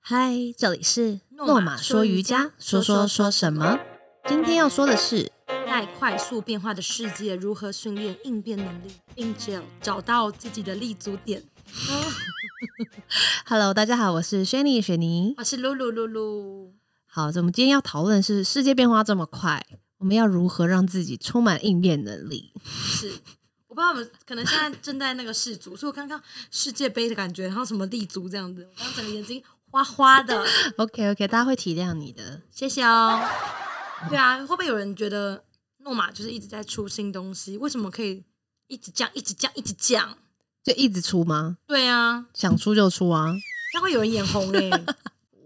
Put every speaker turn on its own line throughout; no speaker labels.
嗨，这里是
诺玛说瑜伽
说说说什么？今天要说的是，
在快速变化的世界，如何训练应变能力，并且找到自己的立足点。
Hello，大家好，我是 Shani 雪妮。
我是露露露露，
好，我们今天要讨论的是世界变化这么快，我们要如何让自己充满应变能力？
是我不知道我们可能现在正在那个世足，所以我刚刚世界杯的感觉，然后什么立足这样子，我刚刚整个眼睛花花的，
OK OK，大家会体谅你的。
谢谢哦。对啊，会不会有人觉得诺玛就是一直在出新东西？为什么可以一直降、一直降、一直降？
就一直出吗？
对啊，
想出就出啊！
这样会有人眼红哎、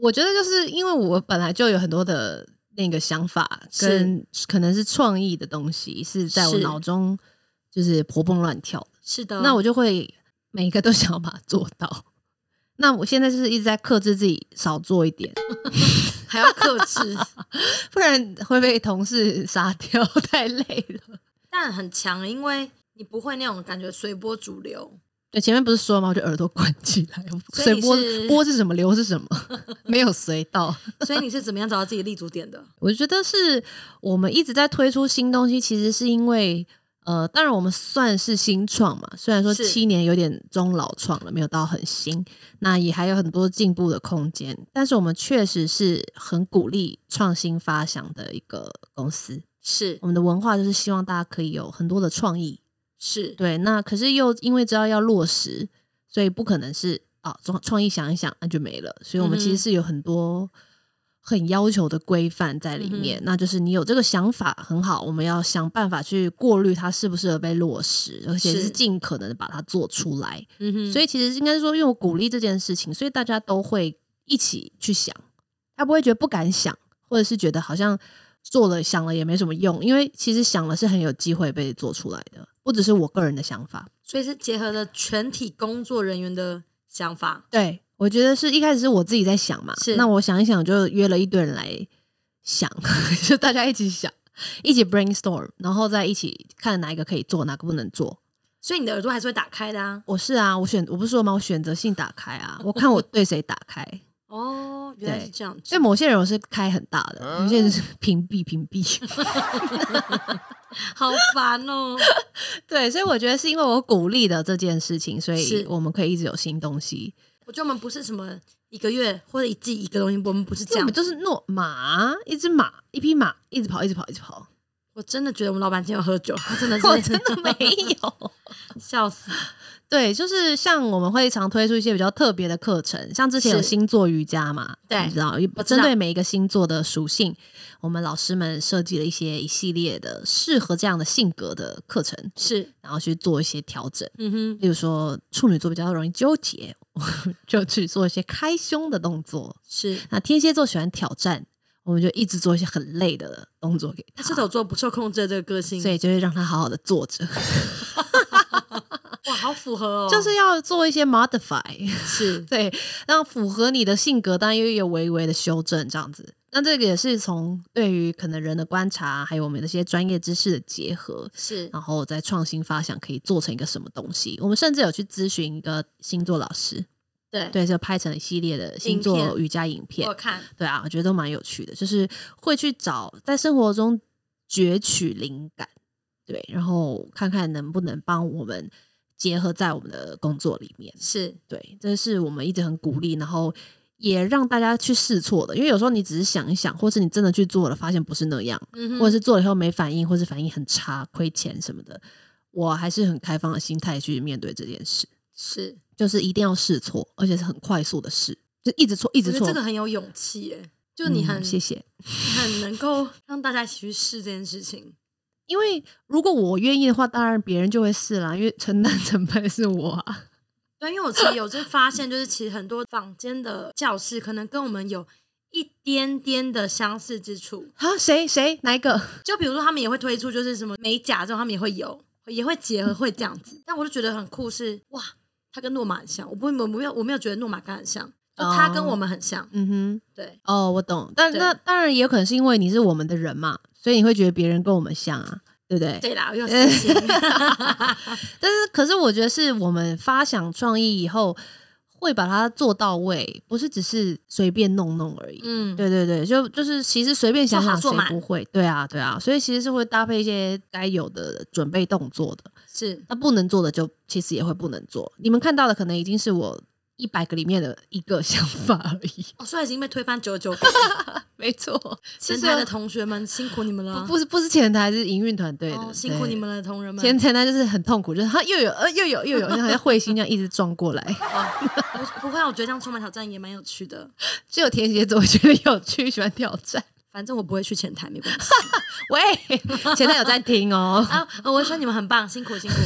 我觉得就是因为我本来就有很多的那个想法，
是
跟可能是创意的东西是在我
是
脑中就是活蹦乱跳的，
是的，
那我就会每一个都想要把它做到。那我现在就是一直在克制自己少做一点，
还要克制。
不然会被同事杀掉， 太累了。
但很强，因为你不会那种感觉随波逐流。
对，前面不是说吗？我就耳朵关起来，
所以
随
你
波
是
波是什么，流是什么， 没有随到。
所以你是怎么样找到自己立足点的？
我觉得是我们一直在推出新东西，其实是因为呃，当然我们算是新创嘛，虽然说
是
七年有点中老创了，没有到很新，那也还有很多进步的空间。但是我们确实是很鼓励创新发想的一个公司，
是
我们的文化 就是希望大家可以有很多的创意。
是，
对，那可是又因为知道要落实，所以不可能是啊创创意想一想那就没了，所以我们其
嗯
实
哼
是有很多很要求的规范在
嗯
里面。那就是你有这个想法很好，我们要想办法去过滤它适不适合被落实，而且
是
是尽可能的把它做出来。
嗯哼
所
以
以其实应该是说，因为我鼓励这件事情，所以大家都会一起去想，他不会觉得不敢想，或者是觉得好像做了想了也没什么用，因为其实想了是很有机会被做出来的，不只是我个人的想法。
所以是结合了全体工作人员的想法，
对，我觉得是一开始是我自己在想嘛，
是
那我想一想，就约了一堆人来想， 就大家一起想，一起 brainstorm，然后再一起看哪一个可以做，哪个不能做。
所以你的耳朵还是会打开的啊。
我是啊，我选我不是说嘛，我选择性打开啊，我看我对谁打开。
哦，原来是这样
所
子
以。某些人我是开很大的，有些人是
嗯
屏蔽屏蔽。
好烦哦。
对，所以我觉得是因为我鼓励的这件事情，所以
是
我们可以一直有新东西。
我觉得我们不是什么一个月或者一季一个东西，我们不是
因
这
为我
样
们。就是诺马，一只马，一匹马，一直跑，一直跑，一直跑。
我真的觉得我们老板今天有喝 酒，他真的是
我真的没有。
笑死。
对，就是像我们会常推出一些比较特别的课程，像之前有
是
星座瑜伽嘛，
对
你知道，也
我知
针
道
对每一个星座的属性，我们老师们设计了一些一系列的适合这样的性格的课程，
是，
然后去做一些调整。
嗯哼，
例如说处女座比较容易纠结， 我们就去做一些开胸的动作。
是。
那天蝎座喜欢挑战，我们就一直做一些很累的动作给他，
射手座不受控制的这个个性，
所以就会让他好好的坐着，
哇，好符合哦，
就是要做一些 modify，
是
对，让符合你的性格，但又有微微的修正这样子。那这个也是从对于可能人的观察，还有我们的一些专业知识的结合，
是
然后再创新发想可以做成一个什么东西。我们甚至有去咨询一个星座老师，
对
对，就拍成一系列的星
影
座
片
瑜伽影片
我。看
对啊，我觉得都蛮有趣的，就是会去找在生活中攫取灵感，对，然后看看能不能帮我们结合在我们的工作里面。
是
对，这是我们一直很鼓励，然后也让大家去试错的，因为有时候你只是想一想，或是你真的去做了，发现不是那样，
嗯哼
或者是做了以后没反应，或是反应很差、亏钱什么的，我还是很开放的心态去面对这件事，
是，
就是一定要试错，而且是很快速的试，就一直错，一
我
直
觉
错。
得这个很有勇气耶，就你很、
嗯谢谢，
你很能够让大家一起去试这件事情，
因为如果我愿意的话，当然别人就会试啦，因为承担成败是我啊。
对，因为我其实有就发现，就是其实很多坊间的教室可能跟我们有一点点的相似之处，
啊，谁谁哪一个？
就比如说他们也会推出就是什么美甲这种，他们也会有，也会结合会这样子，但我就觉得很酷是哇，他跟诺玛很像，我不我没有我没有觉得诺玛跟他很像，就他跟我们很像，
嗯哼。
对，
哦，我懂，但
对
那当然也有可能是因为你是我们的人嘛，所以你会觉得别人跟我们像啊，对不对？
对啦，我有私 心，
但是，可是我觉得是我们发想创意以后，会把它做到位，不是只是随便弄弄而已。
嗯，
对啊对对，就就是其实随便想想
做
谁
好做满
不会？对啊对啊，所以其实是会搭配一些该有的准备动作的。
是
那不能做的就其实也会不能做。你们看到的可能已经是我一百个里面的一个想法而 已。
哦，所以已经被推翻九 十九，
没错，
前
是
台的同学们辛苦你们了，
不不是不是 前台是营运团队的、
哦辛苦
对
你们。了，同仁们。
前前台就是很痛苦，就是他又有呃又有又有，就好像彗星这样一直撞过来。
不不会啊，我觉得这样充满挑战也蛮有趣的。
只有天蝎座觉 得有趣，喜欢挑战。
反正我不会去前台，没关系
喂，前台有在听哦，
啊。我会说你们很棒，辛苦辛苦。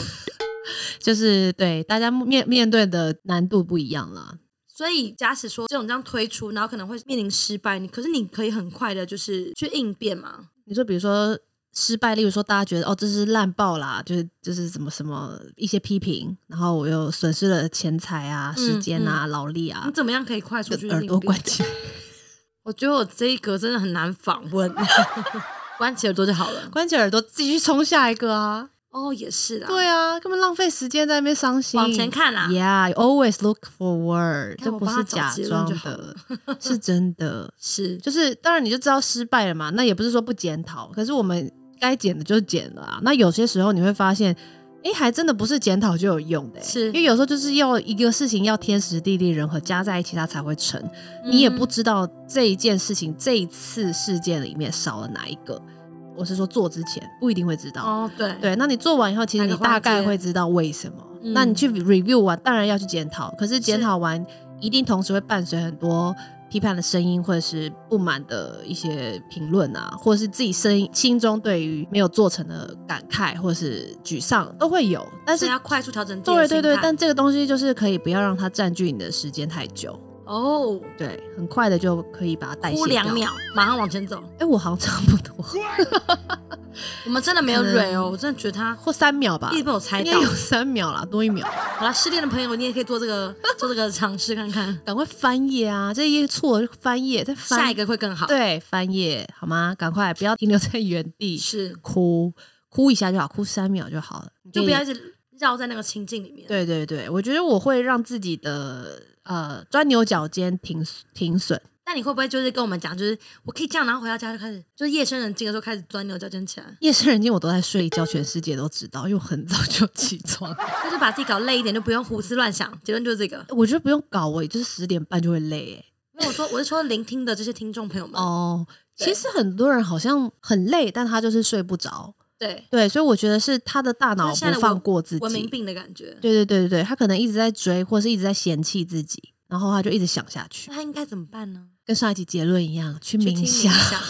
就是对大家面面对的难度不一样啦。
所以，假使说这种这样推出，然后可能会面临失败，你可是你可以很快的，就是去应变嘛。
你说，比如说失败，例如说大家觉得哦，这是烂爆啦，就是就是什么什么一些批评，然后我又损失了钱财啊、
嗯
时间啊、劳力啊
你，怎么样可以快速去
耳
应
朵
变
关起来。
我觉得我这一格真的很难访问， 关起耳朵就好了。
关起耳朵，继续冲下一个啊！
哦，也是啦。
对啊，根本浪费时间在那边伤心。
往前看啦
Yeah, you always look forward，
看
这
我
不
帮
是
他找
假
结
装
论就好
的，是真的。
是
就是当然你就知道失败了嘛，那也不是说不检讨，可是我们该检的就检了啊。那有些时候你会发现，哎、还真的不是检讨就有用的、诶欸
是
因为有时候就是要一个事情要天时地利人和加在一起，它才会成。你也
嗯
不知道这一件事情这一次事件里面少了哪一个，我是说做之前不一定会知道。
哦，对，
对，那你做完以后，其实
哪
你
个
大
环节
概会知道为什么。
嗯
那你去 review 完，当然要去检讨，可是检讨完一定同时会伴随很多批判的声音，或者是不满的一些评论啊，或者是自己声心中对于没有做成的感慨或者是沮丧都会有。但
所
是
以要快速调整自己
对
的
对
心态。
对，但这个东西就是可以不要让它占据你的时间太久，
哦，
对，很快的就可以把它代谢
哭
掉。
两秒，马上往前走。
哎、我好像差不 多，
我们真的没有
可能
蕊哦，我真的觉得他
或三秒吧
一，直被我猜
应该
到
有。三秒啦，多一秒。
好了，失恋的朋友，你也可以做这个做这个尝试看看，
赶快翻页啊！这一页错了就翻页，再翻
下一个会更好。，
对翻页好吗？赶快不要停留在原地，
是
哭哭一下就好，哭三秒就好了，
就不要一
你
直绕在那个情境里面。，
对对对，我觉得我会让自己的呃钻牛角尖停停损，
那你会不会就是跟我们讲，就是我可以这样，然后回到家就开始，就是夜深人静的时候开始钻牛角尖起来，
夜深人静我都在睡觉，全世界都知道，因为我很早就起 床。
那就把自己搞累一点，就不用胡思乱想。结论就是这个。
我觉得不用搞，我也就是十点半就会累、欸。
因为我说，我是说聆听的这些听众朋友们，
哦，
对
其实很多人好像很累，但他就是睡不着。
对，
对，所以我觉得是他的大脑
就是现在
不
的
放
文
过自己。
文明病的感觉。
对对对对对，他可能一直在追，或是一直在嫌弃自己，然后他就一直想下去
那，他应该怎么办呢？
跟上一集结论一样，去
嗯去
冥
听
想。
想，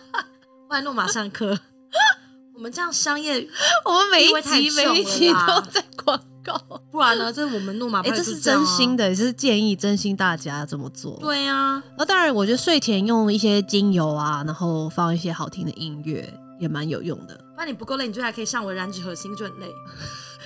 万诺马上课。 我们这样商业，
我们每
地
一
位太
集
重
每一
了
集都
啦
在广告，
不然呢？这是我们诺马
哎、
派
这
就是样
真
啊
心。的，也是建议真心大家这么做。。
对啊，
那当然，我觉得睡前用一些精油啊，然后放一些好听的音乐，也蛮有用的。
那你不够累，你就还可以上微燃脂核心，就很累。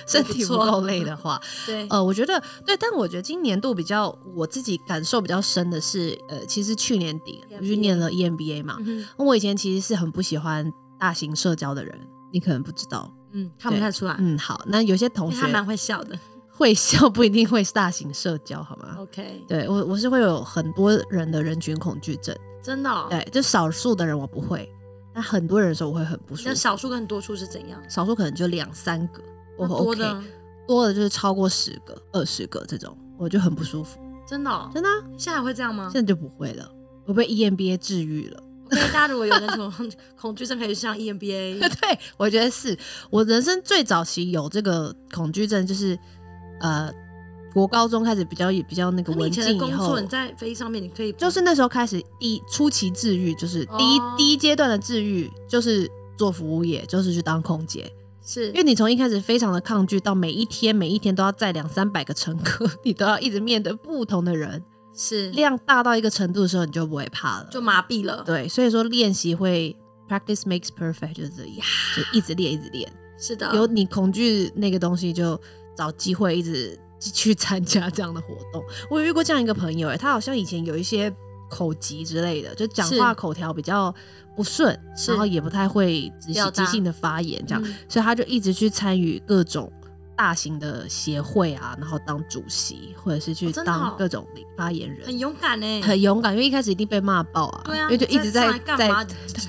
身体不
错
够累的话，
对，
呃，我觉得对，但我觉得今年度比较我自己感受比较深的是，呃，其实去年底我去
EMBA
念了 E EMBA 嘛，
嗯哼
我以前其实是很不喜欢大型社交的人，你可能不知道。
嗯，看不太出来，
嗯，好，那有些同
因为他
学
蛮会笑的。
会笑，不一定会是大型社交，好吗？
OK，
对我，我是会有很多人的人群恐惧症，
真的、哦。
对，就少数的人我不会，但很多人的时候我会很不舒
那
服，
少数跟多数是怎样？
少数可能就两三个，我
那多
OK，
的呢
多的就是超过十个、二十个这种，我就很不舒服，
真的、哦，
真的啊、
现在还会这样吗
现在就不会了，我被 E EMBA 治愈了。
？OK，大家如果有那种 恐惧症，可以上 E EMBA。
对，我觉得是我人生最早期有这个恐惧症，就是呃，国高中开始比较比较那个
那你
文
以前的
静以
工
后
作，你，在飞机上面，你可以
就是那时候开始一初期治愈，就是第一、
哦
第一阶段的治愈就是做服务业，就是去当空姐，
是
因为你从一开始非常的抗拒，到每一天每一天都要载两三百个乘客， 你都要一直面对不同的人，
是
量大到一个程度的时候，你就不会怕了，
嗯就麻痹了。
对，所以说练习会 practice makes perfect，就是这样，就一直练一直练。
是的，
有你恐惧那个东西，就找机会一直 去参加这样的活动。我有遇过这样一个朋友、欸，他好像以前有一些口疾之类的，就讲
是
话口条比较不顺，
是
然后也不太会即
表
即
达
兴的发言，这样，
嗯
所以他就一直去参与各种。大型的协会啊，然后当主席，或者是去
哦真的
当
哦
各种领发言人。
很勇敢呢、
很勇敢，因为一开始一定被骂爆啊，
对啊，
因为就一直在
在上来干嘛？
在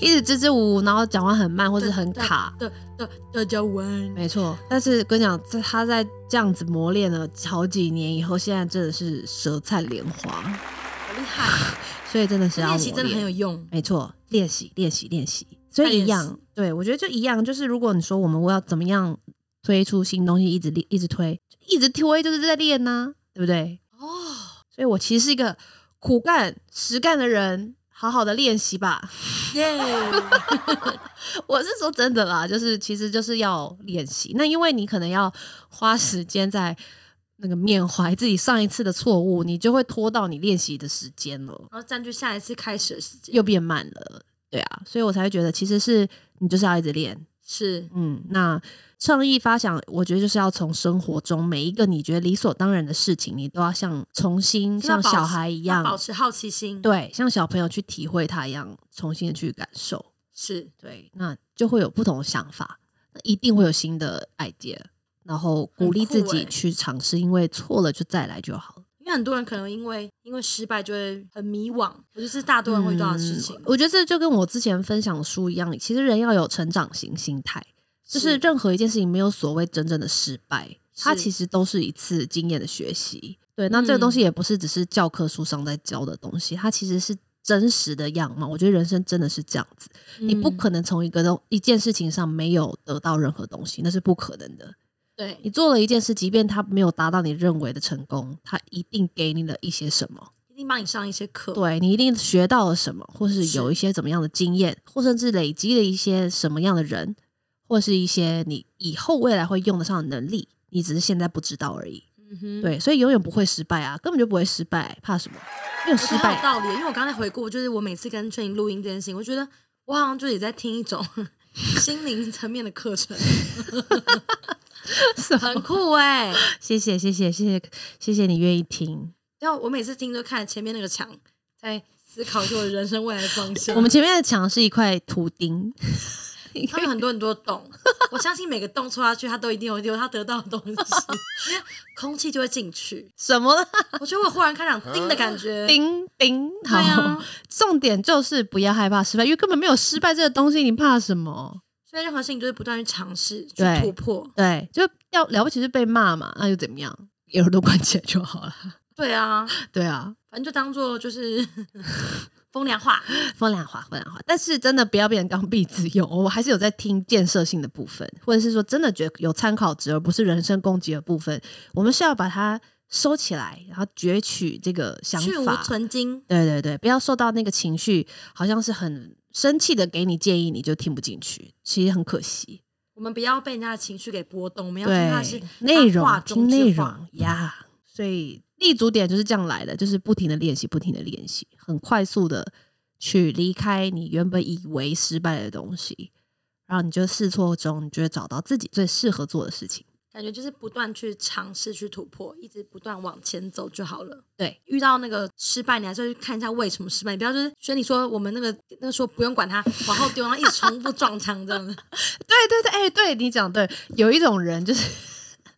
一直支支吾吾，然后讲话很慢或是很卡，
的的大家玩，
没错。但是跟你讲，在他在这样子磨练了好几年以后，现在真的是舌灿莲花，
好厉害！
所以真的是
这
要磨
练习
练。
真的很有 用，
没错，练习，练习，练习。所以一
再练
样，对我觉得就一样，就是如果你说我们我要怎么样推出新东西，一直练，一直推，一直推，就是在练呐、对不对？
哦，
所以我其实是一个苦干实干的人，好好的练习吧。
耶！
我是说真的啦，就是其实就是要练习。那因为你可能要花时间在那个缅怀自己上一次的错误，你就会拖到你练习的时间了。
然后占据下一次开始的时间，
又变慢了，对啊，所以我才会觉得其实是你就是要一直练，
是
嗯，那创意发想，我觉得就是要从生活中每一个你觉得理所当然的事情，你都要像重新
就是要
像
保持
小孩一
要保
样，
持好奇心，，
对，像小朋友去体会它一样，重新的去感受，
是
对，那就会有不同的想法，那一定会有新的 idea，然后鼓励自
很酷欸
己去尝试，因为错了就再来就好了。
因为很多人可能因为因为失败就会很迷惘，我觉得这是大多人会遇到的事情
嗯。我觉得这就跟我之前分享的书一样，其实人要有成长型心态，就是任何一件事情没有所谓真正的失败，它
是
其实都是一次经验的学习。对，那这个东
嗯
西也不是只是教科书上在教的东西，它其实是真实的样貌。我觉得人生真的是这样子，你不
嗯
可能从一个东一件事情上没有得到任何东西，那是不可能的。你
对，
做了一件事，即便它没有达到你认为的成功，它一定给你了一些什么。
一定帮你上一些课，
对你一定学到了什么，或是有
是
一些怎么样的经验，或甚至累积了一些什么样的人，或是一些你以后未来会用得上的能力，你只是现在不知道而已。
嗯哼，
对，所以永远不会失败啊，根本就不会失败，怕什么？没有
我
失
觉得好有
败，
道理，因为我刚才回顾，就是我每次跟春颖录音这件事情，我觉得我好像就也在听一种 心灵层面的课程， 很酷哎、
啊谢谢谢谢谢谢谢谢你愿意听。
然后我每次听都看前面那个墙，在思考着我的人生未来的方向。
我们前面的墙是一块图钉，
他们很多很多洞，我相信每个洞戳下去，它都一定有有它得到的东西， 因为空气就会进去。
什么啦
我觉得我忽然看到有钉的感觉，
钉钉？
对
啊好，
啊，
重点就是不要害怕失败，因为根本没有失败这个东西，你怕什么？
所以任何事情就是不断去尝试，去
对
突破。
对，就要了不起是被骂嘛，那又怎么样？耳朵关起来就好了。
对啊，
对啊，
反正就当做就是 风凉话。
风凉话，风凉话。但是真的不要变成刚愎自用，我还是有在听建设性的部分，或者是说真的觉得有参考值，而不是人身攻击的部分。我们是要把它收起来，然后攫取这个想
去无
法。
存精，
对对对，不要受到那个情绪，好像是很生气的给你建议，你就听不进去，其实很可惜。
我们不要被人家的情绪给波动，我们要听他是
对，内容
他话
听
中
内
之
容
话。
呀所以立足点就是这样来的，就是不停的练习，不停的练习，很快速的去离开你原本以为失败的东西，然后你就试错中，你就会找到自己最适合做的事情。
感觉就是不断去尝试、去突破，一直不断往前走就好了。
对，
遇到那个失败，你还是要去看一下为什么失败，你不要就是学你说我们那个那个说不用管它，往后丢，然后一直重复撞墙这样子，
对对对，哎、对你讲对，有一种人就是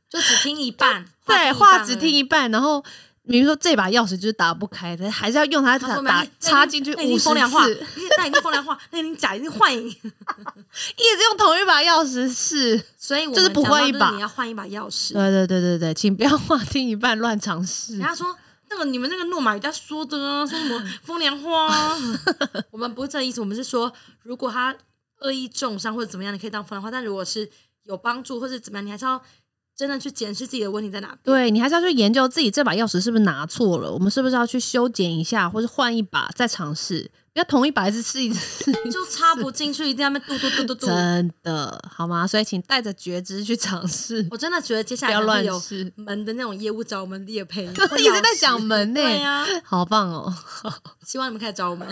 就只听一半，
对
话
话只听一半，然后。比如说这把钥匙就是打不开的，还是要用它
半
打
而已。他说
打
没
插进去
那已经
五十
风凉话，
次，
那已经风凉话，那已经假，已经换一，
一直用同一把钥匙试。
所以我们
就是不
讲到
换一把
你要换一把钥匙。
对对对对对，请不要话 听一半乱尝试。
人家说那个你们那个诺马人家说的啊，说什么风凉话啊、 我们不是这个意思，我们是说如果他恶意重伤或者怎么样，你可以当风凉话，但如果是有帮助或者怎么样，你还是要真的去检视自己的问题在哪。
对你还是要去研究自己这把钥匙是不是拿错了，我们是不是要去修剪一下，或是换一把再尝试，不要同一把一直试一 次。
就插不进去，一定要那边嘟嘟嘟嘟嘟。
真的好吗？所以请带着觉知去尝试，
我真的觉得接下
不要
来可能
乱
会有
试。
门的那种业务找我们列配， 一
一直在讲门呢、
对呀、
好棒哦！
希望你们可以找我们，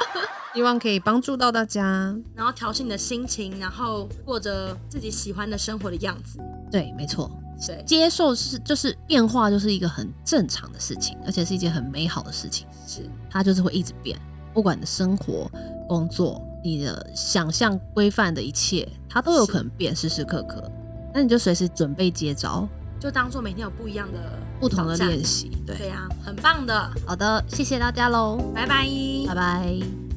希望可以帮助到大家。
然后调试你的心情，然后过着自己喜欢的生活的样子。
对，没错，
对，
接受是就是变化，就是一个很正常的事情，而且是一件很美好的事情。
是
它就是会一直变，不管你的生活、工作、你的想象规范的一切，它都有可能变，时时刻刻。那你就随时准备接招，
就当做每天有不一样的
不同的
挑战啊
练习。对，
对呀、很棒的，
好的，谢谢大家喽，
拜拜，
拜拜。